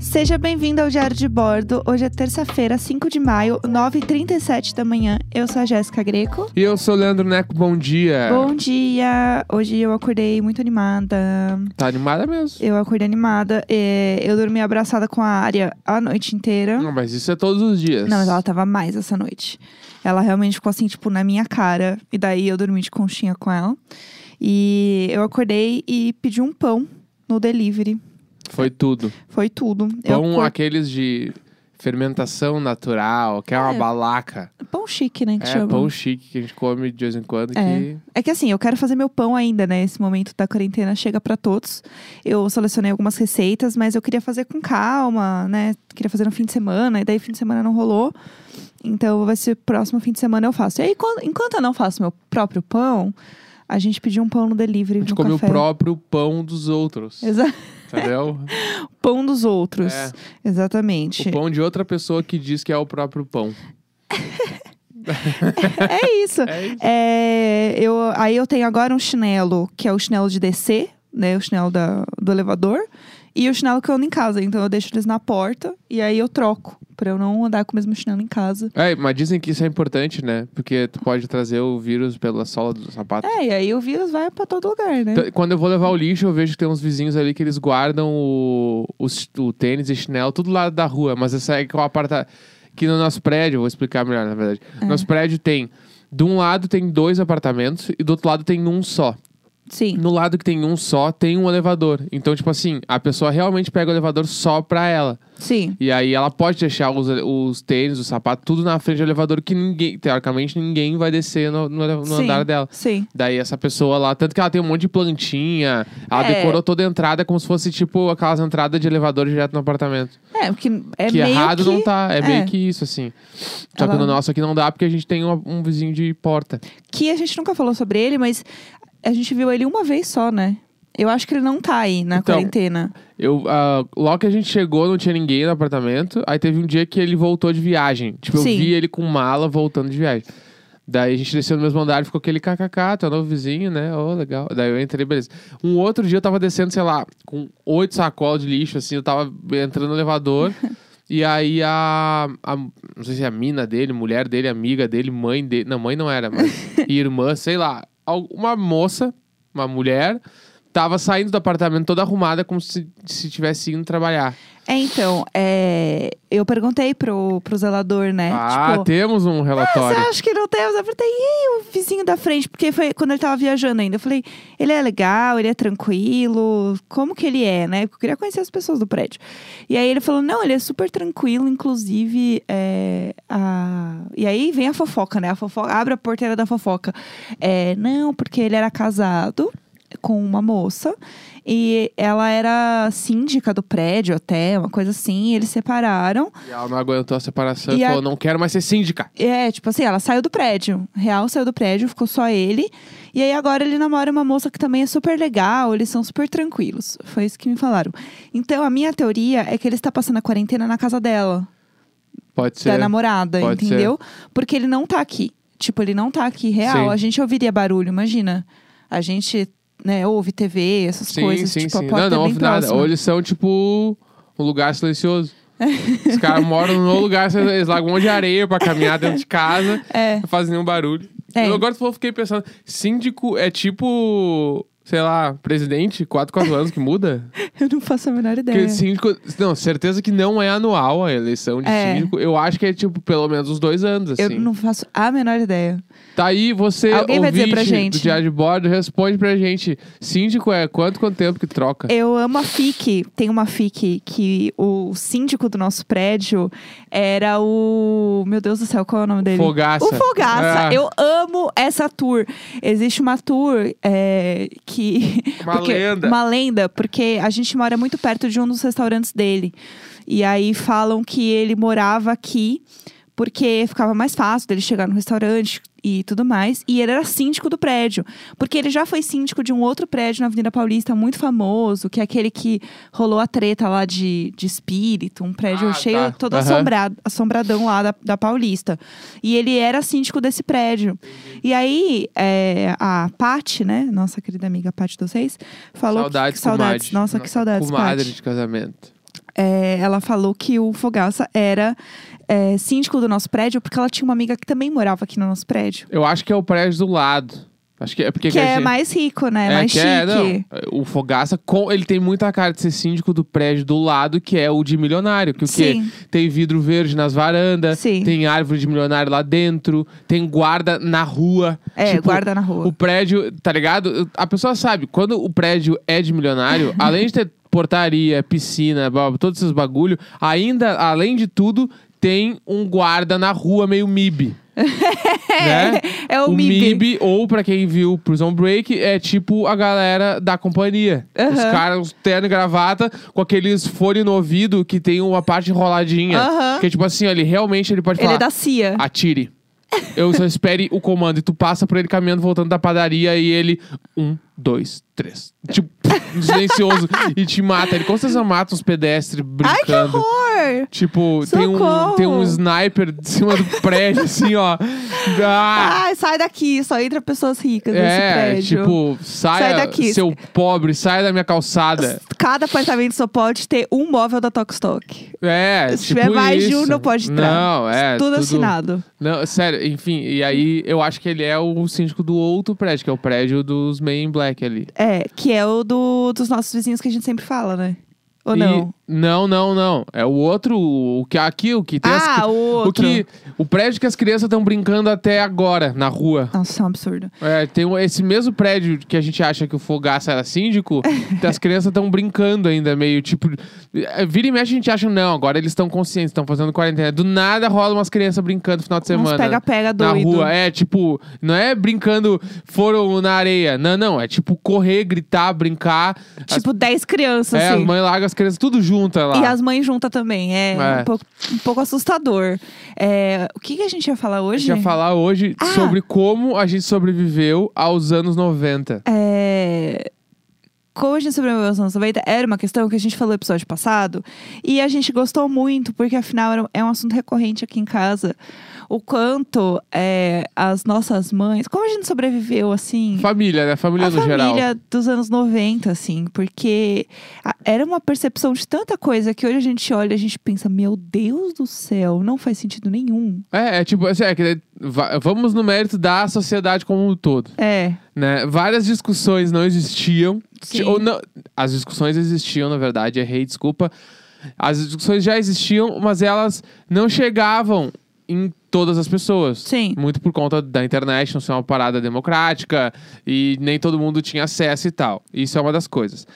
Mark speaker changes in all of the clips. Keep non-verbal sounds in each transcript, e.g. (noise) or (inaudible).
Speaker 1: Seja bem-vindo ao Diário de Bordo. Hoje é terça-feira, 5 de maio, 9h37 da manhã. Eu sou a Jéssica Greco.
Speaker 2: E eu sou o Leandro Neco, bom dia.
Speaker 1: Bom dia! Hoje eu acordei muito animada.
Speaker 2: Tá animada mesmo.
Speaker 1: Eu acordei animada. É, Eu dormi abraçada com a área a noite inteira.
Speaker 2: Não, mas isso é todos os dias.
Speaker 1: Não, mas ela tava mais essa noite. Ela realmente ficou assim, tipo, na minha cara. E daí eu dormi de conchinha com ela. E eu acordei e pedi um pão no delivery.
Speaker 2: Foi tudo.
Speaker 1: Foi tudo. Eu
Speaker 2: Pão,
Speaker 1: acor-
Speaker 2: aqueles de fermentação natural, que é uma
Speaker 1: É.
Speaker 2: balaca.
Speaker 1: Pão chique, né? Que
Speaker 2: É,
Speaker 1: chama.
Speaker 2: pão chique que a gente come de vez em quando. Que...
Speaker 1: É que assim, eu quero fazer meu pão ainda, né? Esse momento da quarentena chega pra todos. Eu selecionei algumas receitas, mas eu queria fazer com calma, né? Queria fazer no fim de semana, e daí fim de semana não rolou. Então vai ser próximo fim de semana eu faço. E aí, quando- enquanto eu não faço meu próprio pão, a gente pediu um pão no delivery.
Speaker 2: A gente
Speaker 1: no
Speaker 2: come
Speaker 1: café.
Speaker 2: o próprio pão dos outros.
Speaker 1: Exa- (laughs)
Speaker 2: Entendeu?
Speaker 1: pão dos outros.
Speaker 2: É.
Speaker 1: Exatamente.
Speaker 2: O pão de outra pessoa que diz que é o próprio pão.
Speaker 1: É isso.
Speaker 2: É isso.
Speaker 1: É, eu, aí eu tenho agora um chinelo, que é o chinelo de descer, né? O chinelo da- do elevador. E o chinelo que eu ando em casa. Então eu deixo eles na porta e aí eu troco. Pra eu não andar com o mesmo chinelo em casa.
Speaker 2: É, mas dizem que isso é importante, né? Porque tu pode trazer o vírus pela sola do sapato.
Speaker 1: É, e aí o vírus vai pra todo lugar, né?
Speaker 2: Então, Quando eu vou levar o lixo, eu vejo que tem uns vizinhos ali que eles guardam o, os- o tênis e chinelo, tudo lá da rua. Mas essa é que é o apartamento. Que no nosso prédio, eu vou explicar melhor, na verdade.
Speaker 1: É.
Speaker 2: Nosso prédio tem. De um lado tem dois apartamentos e do outro lado tem um só.
Speaker 1: Sim.
Speaker 2: No lado que tem um só, tem um elevador. Então, tipo assim, a pessoa realmente pega o elevador só pra ela.
Speaker 1: Sim.
Speaker 2: E aí ela pode deixar os, os tênis, o sapato, tudo na frente do elevador que ninguém, teoricamente, ninguém vai descer no- no- no
Speaker 1: sim,
Speaker 2: andar dela.
Speaker 1: Sim.
Speaker 2: Daí essa pessoa lá, tanto que ela tem um monte de plantinha, ela
Speaker 1: É.
Speaker 2: decorou toda a entrada como se fosse tipo aquelas entradas de elevador direto no apartamento.
Speaker 1: É, porque é
Speaker 2: que
Speaker 1: meio
Speaker 2: errado
Speaker 1: que...
Speaker 2: não tá, é,
Speaker 1: é. Tá
Speaker 2: meio que isso assim. Só
Speaker 1: Ela-
Speaker 2: que no nosso aqui não dá porque a gente tem um, um vizinho de porta.
Speaker 1: Que a gente nunca falou sobre ele, mas a gente viu ele uma vez só, né? Eu acho que ele não tá aí na
Speaker 2: Então,
Speaker 1: quarentena.
Speaker 2: Eu, ah, logo que a gente chegou, não tinha ninguém no apartamento. Aí teve um dia que ele voltou de viagem. Tipo,
Speaker 1: Sim.
Speaker 2: eu vi ele com mala voltando de viagem. Daí a gente desceu no mesmo andar e ficou aquele kkk, teu novo vizinho, né? Ô, legal. Daí eu entrei, beleza. Um outro dia eu tava descendo, sei lá, com oito sacolas de lixo, assim, eu tava entrando
Speaker 1: (laughs)
Speaker 2: no elevador. e aí a, a- Não sei se é a mina dele, mulher dele, amiga dele, mãe dele. Não, mãe não
Speaker 1: (laughs)
Speaker 2: era, mas. irmã, sei lá. al- Uma moça, uma mulher, tava saindo do apartamento toda arrumada, como se, se tivesse indo trabalhar.
Speaker 1: É, então, é, eu perguntei pro, pro zelador, né?
Speaker 2: ah,
Speaker 1: tipo,
Speaker 2: temos um
Speaker 1: você
Speaker 2: relatório.
Speaker 1: acha que não tem? Eu perguntei, e o vizinho da frente? Porque foi quando ele tava viajando ainda. Eu falei, ele é legal, ele é tranquilo, como que ele é, né? Porque eu queria conhecer as pessoas do prédio. E aí ele falou, não, ele é super tranquilo, inclusive. é, a... E aí vem a fofoca, né? A fofoca, abre a porteira da fofoca. É, não, porque ele era casado com uma moça e ela era síndica do prédio até, uma coisa assim, e eles separaram.
Speaker 2: E ela não aguentou a separação e,
Speaker 1: E a-
Speaker 2: falou: não quero mais ser síndica.
Speaker 1: É, tipo assim, ela saiu do prédio. Real saiu do prédio, ficou só ele. E aí agora ele namora uma moça que também é super legal, eles são super tranquilos. Foi isso que me falaram. Então a minha teoria é que ele está passando a quarentena na casa dela,
Speaker 2: Pode ser.
Speaker 1: da namorada,
Speaker 2: Pode
Speaker 1: entendeu? Porque ele não tá aqui. Tipo, ele não tá aqui real.
Speaker 2: Sim.
Speaker 1: A gente ouviria barulho, imagina. A gente, né, ouve TV, essas
Speaker 2: sim,
Speaker 1: coisas.
Speaker 2: sim,
Speaker 1: tipo, a
Speaker 2: sim.
Speaker 1: porta
Speaker 2: Não, não
Speaker 1: é bem
Speaker 2: houve nada.
Speaker 1: próxima.
Speaker 2: Ou eles são tipo um lugar
Speaker 1: (laughs)
Speaker 2: silencioso. Os caras moram num lugar, eles largam um monte de areia pra caminhar dentro de casa,
Speaker 1: É.
Speaker 2: não fazem nenhum barulho.
Speaker 1: É.
Speaker 2: Eu agora tu falou, fiquei pensando, síndico é tipo, sei lá, presidente, 4, 4 anos que muda?
Speaker 1: (laughs) Eu não faço a menor
Speaker 2: Porque
Speaker 1: ideia.
Speaker 2: síndico, não, certeza que não é anual a eleição de
Speaker 1: É.
Speaker 2: síndico. Eu acho que é tipo pelo menos uns dois anos, assim.
Speaker 1: Eu não faço a menor ideia.
Speaker 2: Tá aí, você
Speaker 1: Alguém vai
Speaker 2: ouvinte
Speaker 1: dizer pra gente.
Speaker 2: do Diário de Bordo, responde pra gente. Síndico é quanto, quanto tempo que troca?
Speaker 1: Eu amo a FIC. Tem uma FIC que o síndico do nosso prédio era o. Meu Deus do céu, qual é o nome dele?
Speaker 2: Fogaça.
Speaker 1: O Fogaça.
Speaker 2: É.
Speaker 1: Eu amo essa tour. Existe uma tour é, que.
Speaker 2: (laughs) Uma lenda.
Speaker 1: Uma lenda, porque a gente mora muito perto de um dos restaurantes dele. E aí falam que ele morava aqui. Porque ficava mais fácil dele chegar no restaurante e tudo mais. E ele era síndico do prédio. Porque ele já foi síndico de um outro prédio na Avenida Paulista, muito famoso, que é aquele que rolou a treta lá de, de espírito, um prédio
Speaker 2: Ah,
Speaker 1: cheio,
Speaker 2: tá.
Speaker 1: todo
Speaker 2: Aham.
Speaker 1: assombrado, assombradão lá da, da Paulista. E ele era síndico desse prédio. E aí, é, a Paty, né, nossa querida amiga Paty dos Reis, falou que-
Speaker 2: saudades,
Speaker 1: que, saudades.
Speaker 2: comadre.
Speaker 1: Nossa, que saudades,
Speaker 2: Comadre
Speaker 1: Paty.
Speaker 2: de casamento.
Speaker 1: é, ela falou que o Fogaça era é, síndico do nosso prédio, porque ela tinha uma amiga que também morava aqui no nosso prédio.
Speaker 2: Eu acho que é o prédio do lado. Acho que é porque
Speaker 1: Que,
Speaker 2: que a
Speaker 1: é
Speaker 2: gente-
Speaker 1: mais rico, né? mais
Speaker 2: que é,
Speaker 1: chique.
Speaker 2: não, o Fogaça, com, ele tem muita cara de ser síndico do prédio do lado, que é o de milionário. Que o quê?
Speaker 1: Sim.
Speaker 2: Tem vidro verde nas varandas,
Speaker 1: Sim.
Speaker 2: tem árvore de milionário lá dentro, tem guarda na rua.
Speaker 1: É,
Speaker 2: Tipo,
Speaker 1: guarda na rua.
Speaker 2: O prédio, tá ligado? A pessoa sabe, quando o prédio é
Speaker 1: (laughs)
Speaker 2: de milionário, além de ter portaria, piscina, blá, blá, todos esses bagulho, ainda, além de tudo, tem um guarda na rua
Speaker 1: (laughs)
Speaker 2: meio MIB. né?
Speaker 1: É o
Speaker 2: o
Speaker 1: MIB.
Speaker 2: MIB, ou pra quem viu Prison Break, é tipo a galera da companhia. Os
Speaker 1: Aham.
Speaker 2: caras, os terno e gravata, com aqueles fones no ouvido que tem uma parte enroladinha.
Speaker 1: Aham.
Speaker 2: Que tipo assim, ó, ele realmente ele pode
Speaker 1: Ele
Speaker 2: falar...
Speaker 1: é da CIA.
Speaker 2: Atire. Eu só espere o comando e tu passa por ele caminhando, voltando da padaria e ele. Um, dois, três. Tipo, (laughs) silencioso. e te mata. Ele com certeza mata os pedestres
Speaker 1: Ai, que
Speaker 2: brincando.
Speaker 1: horror!
Speaker 2: Tipo, tem um,
Speaker 1: Socorro!
Speaker 2: tem um sniper de cima do prédio, assim, ó.
Speaker 1: (laughs)
Speaker 2: Ah,
Speaker 1: Ai, sai daqui, só entra pessoas ricas nesse
Speaker 2: é,
Speaker 1: prédio.
Speaker 2: tipo, saia,
Speaker 1: Sai daqui.
Speaker 2: seu pobre, saia da minha calçada.
Speaker 1: Cada apartamento só pode ter um móvel da Tokstok.
Speaker 2: É,
Speaker 1: Se
Speaker 2: tipo
Speaker 1: tiver mais de um,
Speaker 2: isso.
Speaker 1: não pode entrar.
Speaker 2: Não, é.
Speaker 1: Tudo, assinado.
Speaker 2: Não, sério, enfim, e aí eu acho que ele é o síndico do outro prédio, que é o prédio dos Men in Black ali.
Speaker 1: É, que é o do, dos nossos vizinhos que a gente sempre fala, né? Ou
Speaker 2: E-
Speaker 1: não?
Speaker 2: Não, não, não. É o outro, o que aqui, o que tem as
Speaker 1: Ah,
Speaker 2: cri-
Speaker 1: o outro.
Speaker 2: O, que, o prédio que as crianças estão brincando até agora, na rua.
Speaker 1: Nossa, isso é um absurdo.
Speaker 2: É, tem um- esse mesmo prédio que a gente acha que o Fogaça
Speaker 1: (laughs)
Speaker 2: era síndico, que as crianças estão brincando ainda, meio tipo. é, Vira e mexe, a gente acha, não, agora eles estão conscientes, estão fazendo quarentena. Do nada rola umas crianças brincando no final de semana.
Speaker 1: Uns pega-pega
Speaker 2: Na
Speaker 1: doido.
Speaker 2: rua, é tipo, não é brincando, foram na areia. Não, não, é tipo correr, gritar, brincar. As-
Speaker 1: Tipo, 10 crianças,
Speaker 2: é, as
Speaker 1: assim.
Speaker 2: mães largam as crianças tudo juntas lá.
Speaker 1: E as mães juntas também. É,
Speaker 2: É.
Speaker 1: Um, pouco, um pouco assustador. É, o que, que a gente ia falar
Speaker 2: A
Speaker 1: hoje?
Speaker 2: gente vai falar hoje
Speaker 1: Ah.
Speaker 2: sobre como a gente sobreviveu aos anos 90.
Speaker 1: É... Como a gente sobreviveu aos anos 90, era uma questão que a gente falou no episódio passado. E a gente gostou muito, porque afinal era- é um assunto recorrente aqui em casa. O quanto é, as nossas mães... Como a gente sobreviveu, assim...
Speaker 2: Família, né? Família
Speaker 1: a
Speaker 2: no geral.
Speaker 1: família dos anos 90, assim, porque a- era uma percepção de tanta coisa que hoje a gente olha e a gente pensa, meu Deus do céu, não faz sentido nenhum.
Speaker 2: É, é tipo, assim, é que daí va- vamos no mérito da sociedade como um todo,
Speaker 1: É,
Speaker 2: né? Várias discussões não existiam.
Speaker 1: Sim.
Speaker 2: Ou não, as discussões existiam, na verdade, errei, desculpa. As discussões já existiam, mas elas não chegavam em todas as pessoas.
Speaker 1: sim.
Speaker 2: Muito por conta da internet não ser uma parada democrática e nem todo mundo tinha acesso e tal. Isso é uma das coisas.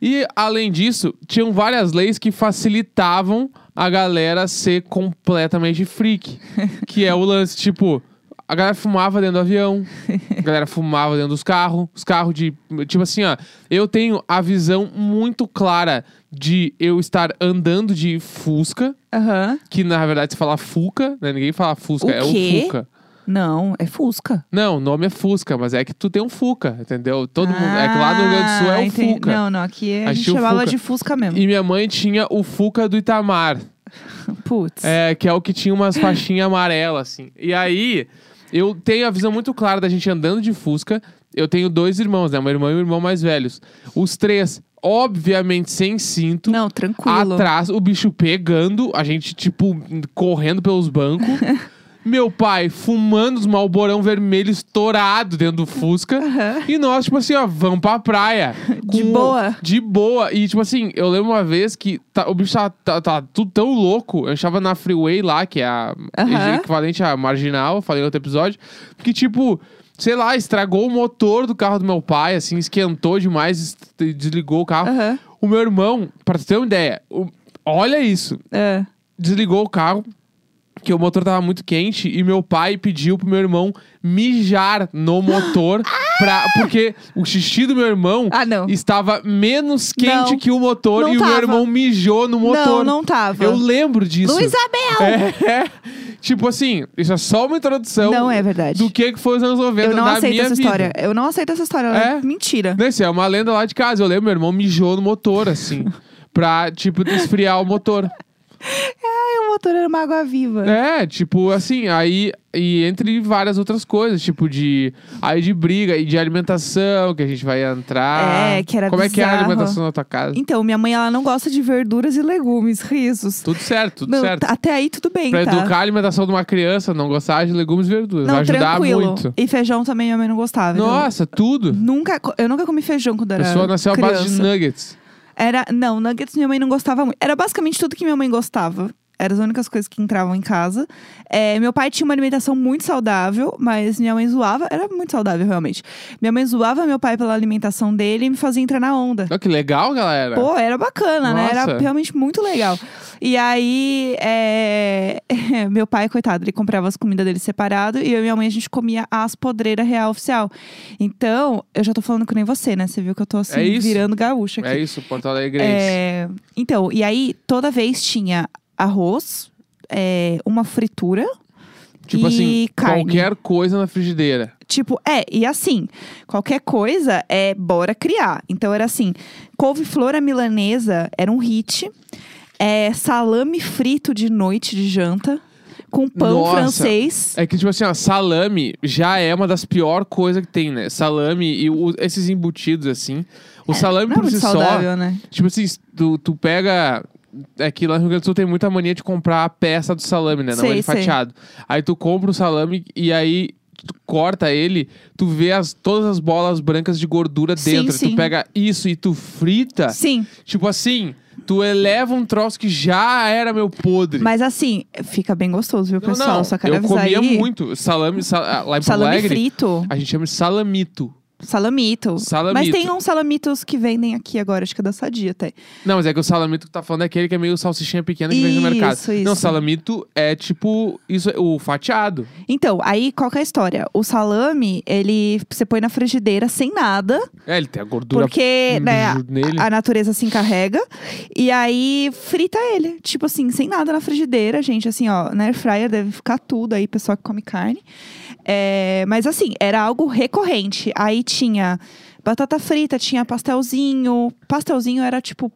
Speaker 2: E, além disso, tinham várias leis que facilitavam a galera ser
Speaker 1: (laughs)
Speaker 2: completamente freak. que é o lance, tipo, a galera fumava dentro do avião, a galera fumava dentro dos carros, os carros de. Tipo assim, ó, eu tenho a visão muito clara de eu estar andando de Fusca.
Speaker 1: Aham.
Speaker 2: Que na verdade se fala Fuca, né? Ninguém fala Fusca,
Speaker 1: O
Speaker 2: é
Speaker 1: quê?
Speaker 2: o Fuca.
Speaker 1: Não, é Fusca.
Speaker 2: Não, o nome é Fusca, mas é que tu tem um Fuca, entendeu? Todo mundo. É que lá no Rio Grande do Sul é
Speaker 1: Ah,
Speaker 2: o
Speaker 1: entendi.
Speaker 2: Fuca.
Speaker 1: Não, não, aqui a
Speaker 2: Achei
Speaker 1: gente
Speaker 2: o
Speaker 1: chamava
Speaker 2: Fuca.
Speaker 1: de Fusca mesmo.
Speaker 2: E minha mãe tinha o Fuca do Itamar,
Speaker 1: Putz.
Speaker 2: é, que é o que tinha umas
Speaker 1: (laughs)
Speaker 2: faixinhas amarelas, assim. E aí, eu tenho a visão muito clara da gente andando de Fusca. Eu tenho dois irmãos, né? Uma irmã e um irmão mais velhos. Os três, obviamente, sem cinto.
Speaker 1: Não, tranquilo.
Speaker 2: Atrás, o bicho pegando, a gente, tipo, correndo pelos
Speaker 1: (laughs)
Speaker 2: bancos. Meu pai fumando os malborão vermelho estourado dentro do Fusca. E nós, tipo assim, ó, vamos pra praia.
Speaker 1: De
Speaker 2: Com-
Speaker 1: boa.
Speaker 2: De boa. E, tipo assim, eu lembro uma vez que tá- o bicho tava, tá- tá tudo tão louco. Eu estava na Freeway lá, que é a
Speaker 1: Aham.
Speaker 2: equivalente à marginal, eu falei em outro episódio. Que, tipo, sei lá, estragou o motor do carro do meu pai, assim, esquentou demais, est- desligou o carro.
Speaker 1: Aham.
Speaker 2: O meu irmão, pra tu ter uma ideia, o- olha isso.
Speaker 1: É.
Speaker 2: Desligou o carro, que o motor tava muito quente, e meu pai pediu pro meu irmão mijar
Speaker 1: (gasps)
Speaker 2: no motor, pra, porque o xixi do meu irmão
Speaker 1: Ah, não.
Speaker 2: estava menos quente
Speaker 1: Não.
Speaker 2: que o motor,
Speaker 1: Não
Speaker 2: e o meu
Speaker 1: tava.
Speaker 2: irmão mijou no
Speaker 1: Não,
Speaker 2: motor.
Speaker 1: não tava.
Speaker 2: Eu lembro disso.
Speaker 1: Luísa Mel!
Speaker 2: É, tipo assim, isso é só uma introdução
Speaker 1: Não é verdade.
Speaker 2: do que que foi os anos 90
Speaker 1: Eu não
Speaker 2: na
Speaker 1: aceito
Speaker 2: minha
Speaker 1: essa
Speaker 2: vida.
Speaker 1: história. Eu não aceito essa história. Ela é
Speaker 2: É?
Speaker 1: mentira.
Speaker 2: Não, isso é uma lenda lá de casa. Eu
Speaker 1: (laughs)
Speaker 2: lembro, meu irmão mijou no motor, assim. pra, tipo, esfriar o motor.
Speaker 1: É um motor era uma água-viva.
Speaker 2: É, tipo, assim, aí. E entre várias outras coisas, tipo de. Aí de briga e de alimentação, que a gente vai entrar.
Speaker 1: É, que era
Speaker 2: Como é que é a
Speaker 1: bizarro.
Speaker 2: alimentação na tua casa?
Speaker 1: Então, minha mãe, ela não gosta de verduras e legumes, risos.
Speaker 2: Tudo certo, tudo
Speaker 1: Não,
Speaker 2: certo.
Speaker 1: tá- Até aí tudo bem,
Speaker 2: Pra
Speaker 1: tá?
Speaker 2: educar a alimentação de uma criança, não gostar de legumes e verduras.
Speaker 1: não,
Speaker 2: vai ajudar
Speaker 1: tranquilo.
Speaker 2: muito.
Speaker 1: E feijão também minha mãe não gostava. então-
Speaker 2: Nossa, tudo.
Speaker 1: Nunca, co- eu nunca comi feijão quando
Speaker 2: A
Speaker 1: era
Speaker 2: pessoa nasceu à
Speaker 1: criança.
Speaker 2: base de nuggets.
Speaker 1: Era, não, nuggets minha mãe não gostava muito. Era basicamente tudo que minha mãe gostava. Eram as únicas coisas que entravam em casa. É, meu pai tinha uma alimentação muito saudável, mas minha mãe zoava. Era muito saudável, realmente. Minha mãe zoava meu pai pela alimentação dele e me fazia entrar na onda.
Speaker 2: Olha que legal, galera.
Speaker 1: Pô, era bacana, né? Era
Speaker 2: É. Nossa.
Speaker 1: realmente muito legal. E aí, é, (laughs) meu pai, coitado, ele comprava as comidas dele separado e eu e minha mãe a gente comia as podreiras real oficial. Então, eu já tô falando que nem você, né? Você viu que eu tô assim,
Speaker 2: É isso.
Speaker 1: virando gaúcha aqui.
Speaker 2: é isso, Porto Alegre. É... isso.
Speaker 1: É, então, e aí toda vez tinha arroz, é, uma fritura.
Speaker 2: Tipo
Speaker 1: e
Speaker 2: assim,
Speaker 1: carne.
Speaker 2: qualquer coisa na frigideira.
Speaker 1: Tipo, é, e assim, qualquer coisa é bora criar. Então era assim: couve-flor à milanesa era um hit, é, salame frito de noite de janta, com pão
Speaker 2: Nossa.
Speaker 1: francês.
Speaker 2: É que, tipo assim, ó, salame já é uma das piores coisas que tem, né? Salame e o- esses embutidos, assim. O salame
Speaker 1: Não é
Speaker 2: por
Speaker 1: muito
Speaker 2: si só.
Speaker 1: saudável, né?
Speaker 2: Tipo assim, tu, tu pega. Aqui lá no Rio Grande do Sul tem muita mania de comprar a peça do salame, né? Não
Speaker 1: Sei,
Speaker 2: ele
Speaker 1: sei.
Speaker 2: fatiado. Aí tu compra o salame e aí tu corta ele, tu vê as, todas as bolas brancas de gordura
Speaker 1: Sim,
Speaker 2: dentro.
Speaker 1: sim.
Speaker 2: Tu pega isso e tu frita.
Speaker 1: Sim,
Speaker 2: Tipo assim, tu eleva um troço que já era meu podre.
Speaker 1: mas assim, fica bem gostoso, viu,
Speaker 2: não,
Speaker 1: pessoal?
Speaker 2: não,
Speaker 1: Só quero
Speaker 2: eu
Speaker 1: avisar
Speaker 2: comia
Speaker 1: aí.
Speaker 2: muito salame, sal, ah, lá em Porto
Speaker 1: Salame
Speaker 2: Alegre.
Speaker 1: frito,
Speaker 2: A gente chama de salamito.
Speaker 1: salamito. Mas
Speaker 2: Salamito.
Speaker 1: tem uns salamitos que vendem aqui agora, acho que é da Sadia até.
Speaker 2: Não, mas é que o salamito que tu tá falando é aquele que é meio salsichinha pequena que vende no
Speaker 1: Isso,
Speaker 2: mercado. Não,
Speaker 1: isso.
Speaker 2: salamito é tipo isso, é o fatiado.
Speaker 1: Então, aí qual que é a história? O salame, ele você põe na frigideira sem nada,
Speaker 2: É, ele tem a gordura. um
Speaker 1: porque né, a-
Speaker 2: nele.
Speaker 1: a natureza se encarrega. E aí frita ele, tipo assim, sem nada na frigideira, gente, assim, ó, na air fryer deve ficar tudo aí, pessoal que come carne. É, mas assim, era algo recorrente. Aí tinha batata frita, tinha pastelzinho. Pastelzinho era tipo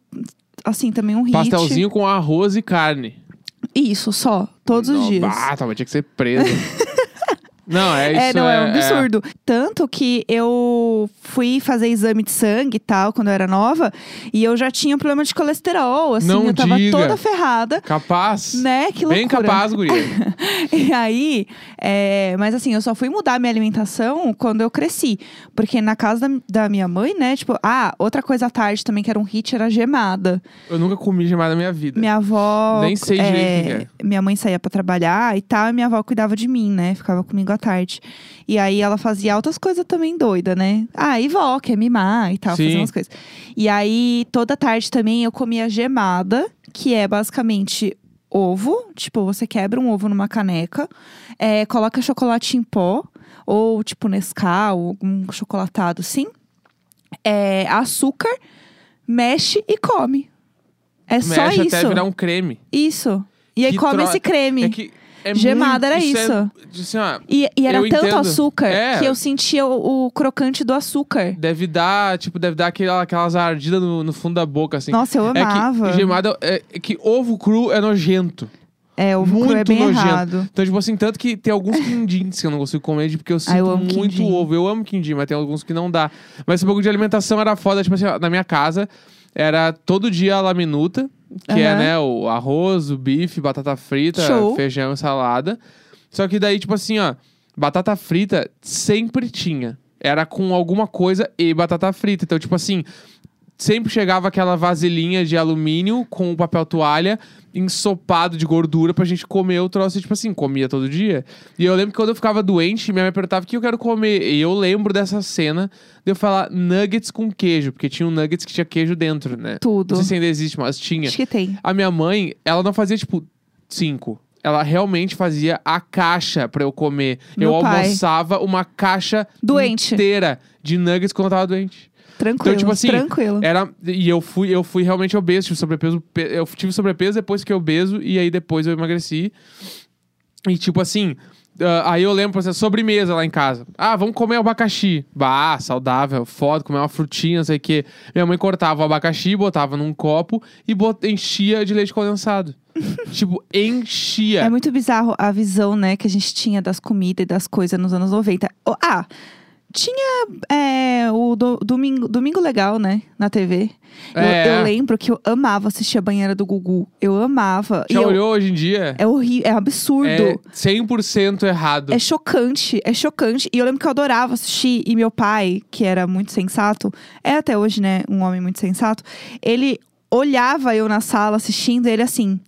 Speaker 1: assim, também um hit.
Speaker 2: Pastelzinho com arroz e carne.
Speaker 1: Isso, só, todos os
Speaker 2: Não,
Speaker 1: dias.
Speaker 2: Ah, tá, mas tinha que ser
Speaker 1: (laughs)
Speaker 2: preso. não, é isso.
Speaker 1: É, não, é um absurdo. Tanto que eu fui fazer exame de sangue e tal, quando eu era nova, e eu já tinha um problema de colesterol, assim,
Speaker 2: Não
Speaker 1: eu tava
Speaker 2: diga.
Speaker 1: toda ferrada,
Speaker 2: Capaz.
Speaker 1: né? Que
Speaker 2: Bem
Speaker 1: loucura.
Speaker 2: capaz, guria.
Speaker 1: (laughs) E aí, é, mas assim, eu só fui mudar minha alimentação quando eu cresci. Porque na casa da, da minha mãe, né, tipo, ah, outra coisa à tarde também que era um hit era gemada.
Speaker 2: Eu nunca comi gemada na
Speaker 1: (laughs)
Speaker 2: minha vida.
Speaker 1: Minha avó.
Speaker 2: Nem sei direito quem é.
Speaker 1: Minha mãe saía pra trabalhar e tal, e minha avó cuidava de mim, né? Ficava comigo à tarde. E aí ela fazia altas coisas também doida, né? Ah, e vó, quer mimar e tal,
Speaker 2: Sim.
Speaker 1: fazer umas coisas. E aí, toda tarde também eu comia gemada, que é basicamente ovo. Tipo, você quebra um ovo numa caneca, é, coloca chocolate em pó, ou tipo Nescau, algum chocolatado assim. É, açúcar, mexe e come. É só
Speaker 2: Mexe
Speaker 1: isso.
Speaker 2: até virar um creme.
Speaker 1: Isso. E aí
Speaker 2: Que
Speaker 1: come
Speaker 2: tro-
Speaker 1: esse creme.
Speaker 2: É que é
Speaker 1: Gemada
Speaker 2: muito-
Speaker 1: era
Speaker 2: É, assim, ó,
Speaker 1: E, e era
Speaker 2: Eu
Speaker 1: tanto
Speaker 2: entendo.
Speaker 1: açúcar
Speaker 2: É.
Speaker 1: que eu sentia o, o crocante do açúcar.
Speaker 2: deve dar, tipo, deve dar aquela, aquelas ardidas no, no fundo da boca, assim.
Speaker 1: Nossa, eu
Speaker 2: É
Speaker 1: amava.
Speaker 2: que gemada é, é que ovo cru é nojento.
Speaker 1: É, o cru é
Speaker 2: muito
Speaker 1: bem
Speaker 2: nojento.
Speaker 1: errado.
Speaker 2: Então, tipo assim, tanto que tem alguns quindins que eu não consigo comer, porque eu sinto
Speaker 1: Ah, eu amo
Speaker 2: muito
Speaker 1: quindim.
Speaker 2: ovo. Eu amo quindim, mas tem alguns que não dá. Mas esse bagulho de alimentação era foda. Tipo assim, ó, na minha casa, era todo dia a laminuta, que é,
Speaker 1: Aham.
Speaker 2: né, o arroz, o bife, batata frita,
Speaker 1: Show.
Speaker 2: feijão e salada. Só que daí, tipo assim, ó, batata frita sempre tinha. Era com alguma coisa e batata frita. Então, tipo assim, sempre chegava aquela vasilhinha de alumínio com o papel toalha ensopado de gordura pra gente comer o troço, e, tipo assim, comia todo dia. E eu lembro que quando eu ficava doente, minha mãe perguntava o que eu quero comer. E eu lembro dessa cena de eu falar nuggets com queijo, porque tinha um nuggets que tinha queijo dentro, né?
Speaker 1: Tudo.
Speaker 2: Não sei se Então, ainda existe, mas tinha.
Speaker 1: Acho que tem.
Speaker 2: A minha mãe, ela não fazia, tipo, cinco. Ela realmente fazia a caixa pra eu comer.
Speaker 1: Meu
Speaker 2: eu
Speaker 1: pai.
Speaker 2: almoçava uma caixa
Speaker 1: Doente.
Speaker 2: inteira de nuggets quando eu tava doente.
Speaker 1: Tranquilo.
Speaker 2: Então, tipo assim,
Speaker 1: tranquilo.
Speaker 2: Era, e eu fui, eu fui realmente obeso, tive sobrepeso. pe- Eu tive sobrepeso depois que eu obeso, e aí depois eu emagreci. E tipo assim, Ah, aí eu lembro, por exemplo, sobremesa lá em casa. Ah, vamos comer abacaxi. Bah, saudável, foda, comer uma frutinha, não sei o quê. Minha mãe cortava o abacaxi, botava num copo e bot- enchia de leite
Speaker 1: (laughs)
Speaker 2: condensado. tipo, enchia.
Speaker 1: É muito bizarro a visão, né, que a gente tinha das comidas e das coisas nos anos 90. Oh, ah, tinha é, o do- domingo, domingo Legal, né, na TV. Eu- Eu,
Speaker 2: É.
Speaker 1: lembro que eu amava assistir a banheira do Gugu. Eu amava. E
Speaker 2: Já
Speaker 1: eu-
Speaker 2: olhou hoje em dia?
Speaker 1: é horrível, é absurdo.
Speaker 2: É 100% errado.
Speaker 1: É chocante, é chocante. E eu lembro que eu adorava assistir. E meu pai, que era muito sensato, é até hoje, né, um homem muito sensato, ele olhava eu na sala assistindo e ele assim.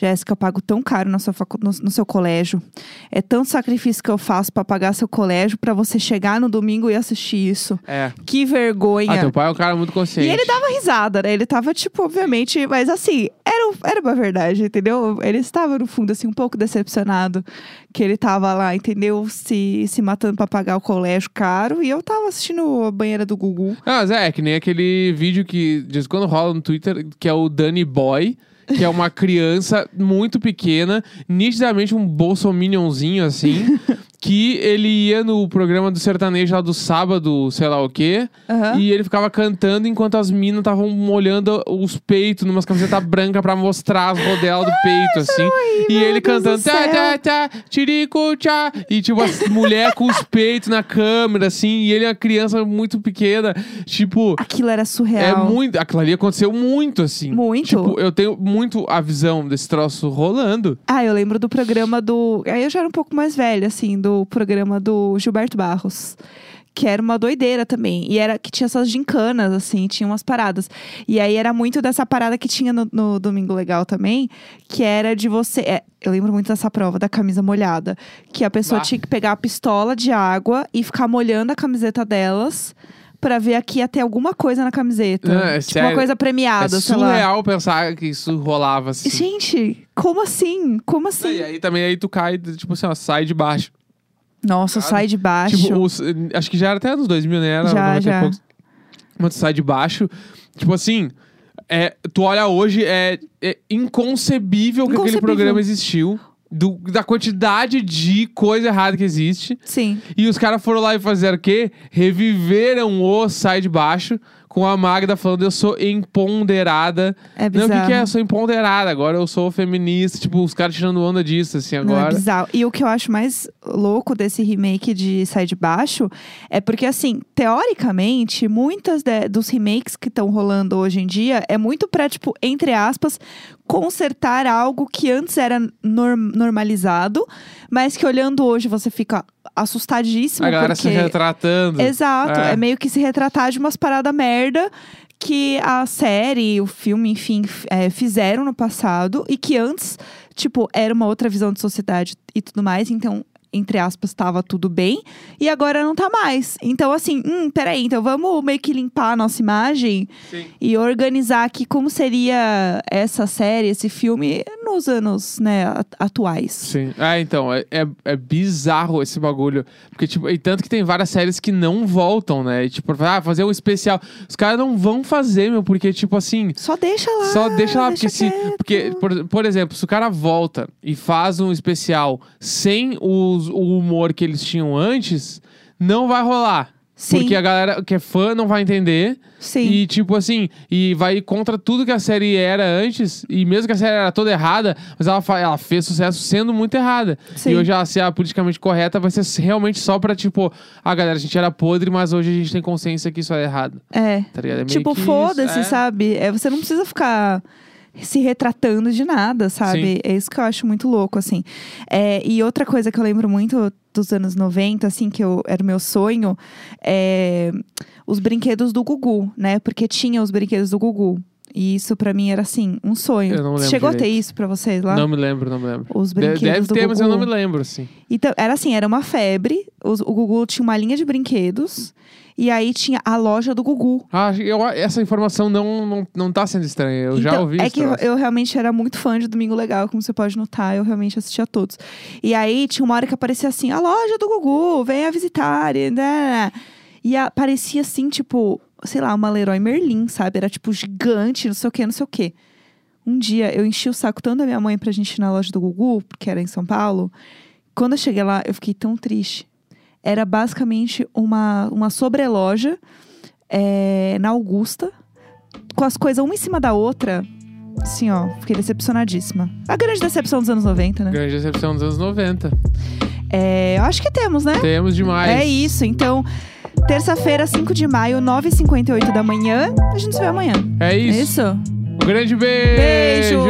Speaker 1: Jéssica, eu pago tão caro na sua facu- no, no seu colégio. É tanto sacrifício que eu faço pra pagar seu colégio pra você chegar no domingo e assistir isso.
Speaker 2: É.
Speaker 1: Que
Speaker 2: Ah,
Speaker 1: vergonha.
Speaker 2: teu pai é um cara muito
Speaker 1: e
Speaker 2: consciente.
Speaker 1: ele dava risada, né? Ele tava, tipo, obviamente, mas assim, era, um- era uma verdade, entendeu? Ele estava, no fundo, assim, um pouco decepcionado que ele tava lá, entendeu? Se, se matando pra pagar o colégio caro. E eu tava assistindo a banheira do Gugu.
Speaker 2: Não, mas é, é que nem aquele vídeo que de vez em quando rola no Twitter, que é o Danny Boy, que
Speaker 1: (laughs)
Speaker 2: é uma criança muito pequena, nitidamente um
Speaker 1: (laughs)
Speaker 2: bolsominiãozinho assim, que ele ia no programa do sertanejo lá do sábado, sei lá o quê,
Speaker 1: Aham.
Speaker 2: e ele ficava cantando enquanto as minas estavam molhando os peitos numas camisetas brancas pra mostrar as rodelas do peito, assim. e
Speaker 1: é meu
Speaker 2: ele
Speaker 1: Deus
Speaker 2: cantando
Speaker 1: do
Speaker 2: tá,
Speaker 1: céu.
Speaker 2: tá, tá, tirico, tchá. E tipo, as mulher com os peitos na câmera, assim. E ele é uma criança muito pequena. Tipo,
Speaker 1: Aquilo era
Speaker 2: é
Speaker 1: surreal.
Speaker 2: muito. Aquilo ali aconteceu muito, assim.
Speaker 1: Muito.
Speaker 2: Tipo, eu tenho muito a visão desse troço rolando.
Speaker 1: Ah, eu lembro do programa do. Aí eu já era um pouco mais velha, assim, do programa do Gilberto Barros. Que era uma doideira também. E era que tinha essas gincanas, assim, tinha umas paradas. E aí era muito dessa parada que tinha no, no Domingo Legal também, que era de você. é, eu lembro muito dessa prova da camisa molhada. Que a pessoa
Speaker 2: Bah.
Speaker 1: tinha que pegar a pistola de água e ficar molhando a camiseta delas pra ver aqui até alguma coisa na camiseta.
Speaker 2: Não, é
Speaker 1: tipo
Speaker 2: sério.
Speaker 1: uma coisa premiada,
Speaker 2: é
Speaker 1: sei lá.
Speaker 2: surreal pensar que isso rolava assim.
Speaker 1: Gente, como assim? Como assim?
Speaker 2: E aí também aí tu cai, tipo assim, ó, sai de baixo.
Speaker 1: Nossa,
Speaker 2: Sabe?
Speaker 1: sai de baixo.
Speaker 2: Tipo, os- acho que já era até nos 2000, né? Era
Speaker 1: Já,
Speaker 2: 90 e
Speaker 1: já.
Speaker 2: poucos. Quando tu sai de baixo, tipo assim, é, tu olha hoje, é, é inconcebível, que aquele
Speaker 1: Inconcebível.
Speaker 2: programa existiu. do- da quantidade de coisa errada que existe.
Speaker 1: Sim.
Speaker 2: E os caras foram lá e fizeram o quê? Reviveram o Sai de Baixo com a Magda falando eu sou empoderada.
Speaker 1: É
Speaker 2: Não, o
Speaker 1: bizarro.
Speaker 2: que, que é? Eu sou empoderada. Agora eu sou feminista. Tipo, os caras tirando onda disso, assim,
Speaker 1: Não, é
Speaker 2: agora.
Speaker 1: bizarro. E o que eu acho mais louco desse remake de Sai de Baixo é porque, assim, teoricamente, muitas de- dos remakes que estão rolando hoje em dia é muito pra, tipo, entre aspas, consertar algo que antes era norm- normalizado, mas que olhando hoje você fica assustadíssimo.
Speaker 2: a galera se tá
Speaker 1: porque...
Speaker 2: retratando.
Speaker 1: Exato,
Speaker 2: É.
Speaker 1: é. meio que se retratar de umas paradas merda que a série, o filme, enfim, f- é, fizeram no passado e que antes, tipo, era uma outra visão de sociedade e tudo mais, então. Entre aspas, tava tudo bem, e agora não tá mais. Então, assim, hum, peraí, então vamos meio que limpar a nossa imagem
Speaker 2: Sim.
Speaker 1: e organizar aqui como seria essa série, esse filme, nos anos, né, at- atuais.
Speaker 2: Sim. Ah, então, é, é, é bizarro esse bagulho. Porque, tipo, e tanto que tem várias séries que não voltam, né? E, tipo, ah, fazer um especial. Os caras não vão fazer, meu, porque, tipo assim.
Speaker 1: Só Ah, deixa lá.
Speaker 2: Só deixa lá, porque se.
Speaker 1: quieto.
Speaker 2: Porque, por, por exemplo, se o cara volta e faz um especial sem os- o humor que eles tinham antes, não vai rolar.
Speaker 1: Sim,
Speaker 2: Porque a galera que é fã não vai entender.
Speaker 1: sim.
Speaker 2: E, tipo assim, e vai contra tudo que a série era antes. E mesmo que a série era toda errada, mas ela, fa- ela fez sucesso sendo muito errada.
Speaker 1: Sim.
Speaker 2: E hoje ela ser a politicamente correta vai ser realmente só pra, tipo, ah, galera, a gente era podre, mas hoje a gente tem consciência que isso é errado.
Speaker 1: É.
Speaker 2: Tá ligado? É meio
Speaker 1: Tipo,
Speaker 2: que isso,
Speaker 1: foda-se,
Speaker 2: é.
Speaker 1: sabe? É, você não precisa ficar se retratando de nada, sabe? É isso que eu acho muito louco, assim. É, e outra coisa que eu lembro muito dos anos 90, assim, que eu, era o meu sonho, é os brinquedos do Gugu, né? Porque tinha os brinquedos do Gugu. E isso pra mim era, assim, um sonho.
Speaker 2: Eu não lembro
Speaker 1: Chegou a ter
Speaker 2: direito.
Speaker 1: isso pra vocês lá?
Speaker 2: Não me lembro, não me lembro.
Speaker 1: Os
Speaker 2: De-
Speaker 1: brinquedos
Speaker 2: Deve
Speaker 1: do
Speaker 2: ter,
Speaker 1: Gugu.
Speaker 2: mas eu não me lembro, assim.
Speaker 1: Então, era assim, era uma febre. Os- o Gugu tinha uma linha de brinquedos. E aí tinha a loja do Gugu.
Speaker 2: Ah, eu- essa informação não, não, não tá sendo estranha. Eu já
Speaker 1: Então,
Speaker 2: ouvi
Speaker 1: É
Speaker 2: esse
Speaker 1: que eu,
Speaker 2: troço.
Speaker 1: eu realmente era muito fã de Domingo Legal, como você pode notar, eu realmente assistia todos. E aí tinha uma hora que aparecia assim: a loja do Gugu, venha visitar. E, né? e aparecia assim, tipo, sei lá, uma Leroy Merlin, sabe? Era tipo gigante, não sei o quê, não sei o quê. Um dia eu enchi o saco tanto da minha mãe pra gente ir na loja do Gugu, porque era em São Paulo, Quando eu cheguei lá, eu fiquei tão triste. Era basicamente uma, uma sobreloja é, na Augusta, com as coisas uma em cima da outra. Assim, ó, fiquei decepcionadíssima. A grande decepção dos anos 90, né?
Speaker 2: Grande decepção dos anos 90.
Speaker 1: É, eu acho que temos, né?
Speaker 2: Temos demais.
Speaker 1: É isso. Então, terça-feira, 5 de maio, 9h58 da manhã. A gente se vê amanhã.
Speaker 2: É
Speaker 1: É
Speaker 2: isso.
Speaker 1: isso?
Speaker 2: Um grande beijo.
Speaker 1: Beijo.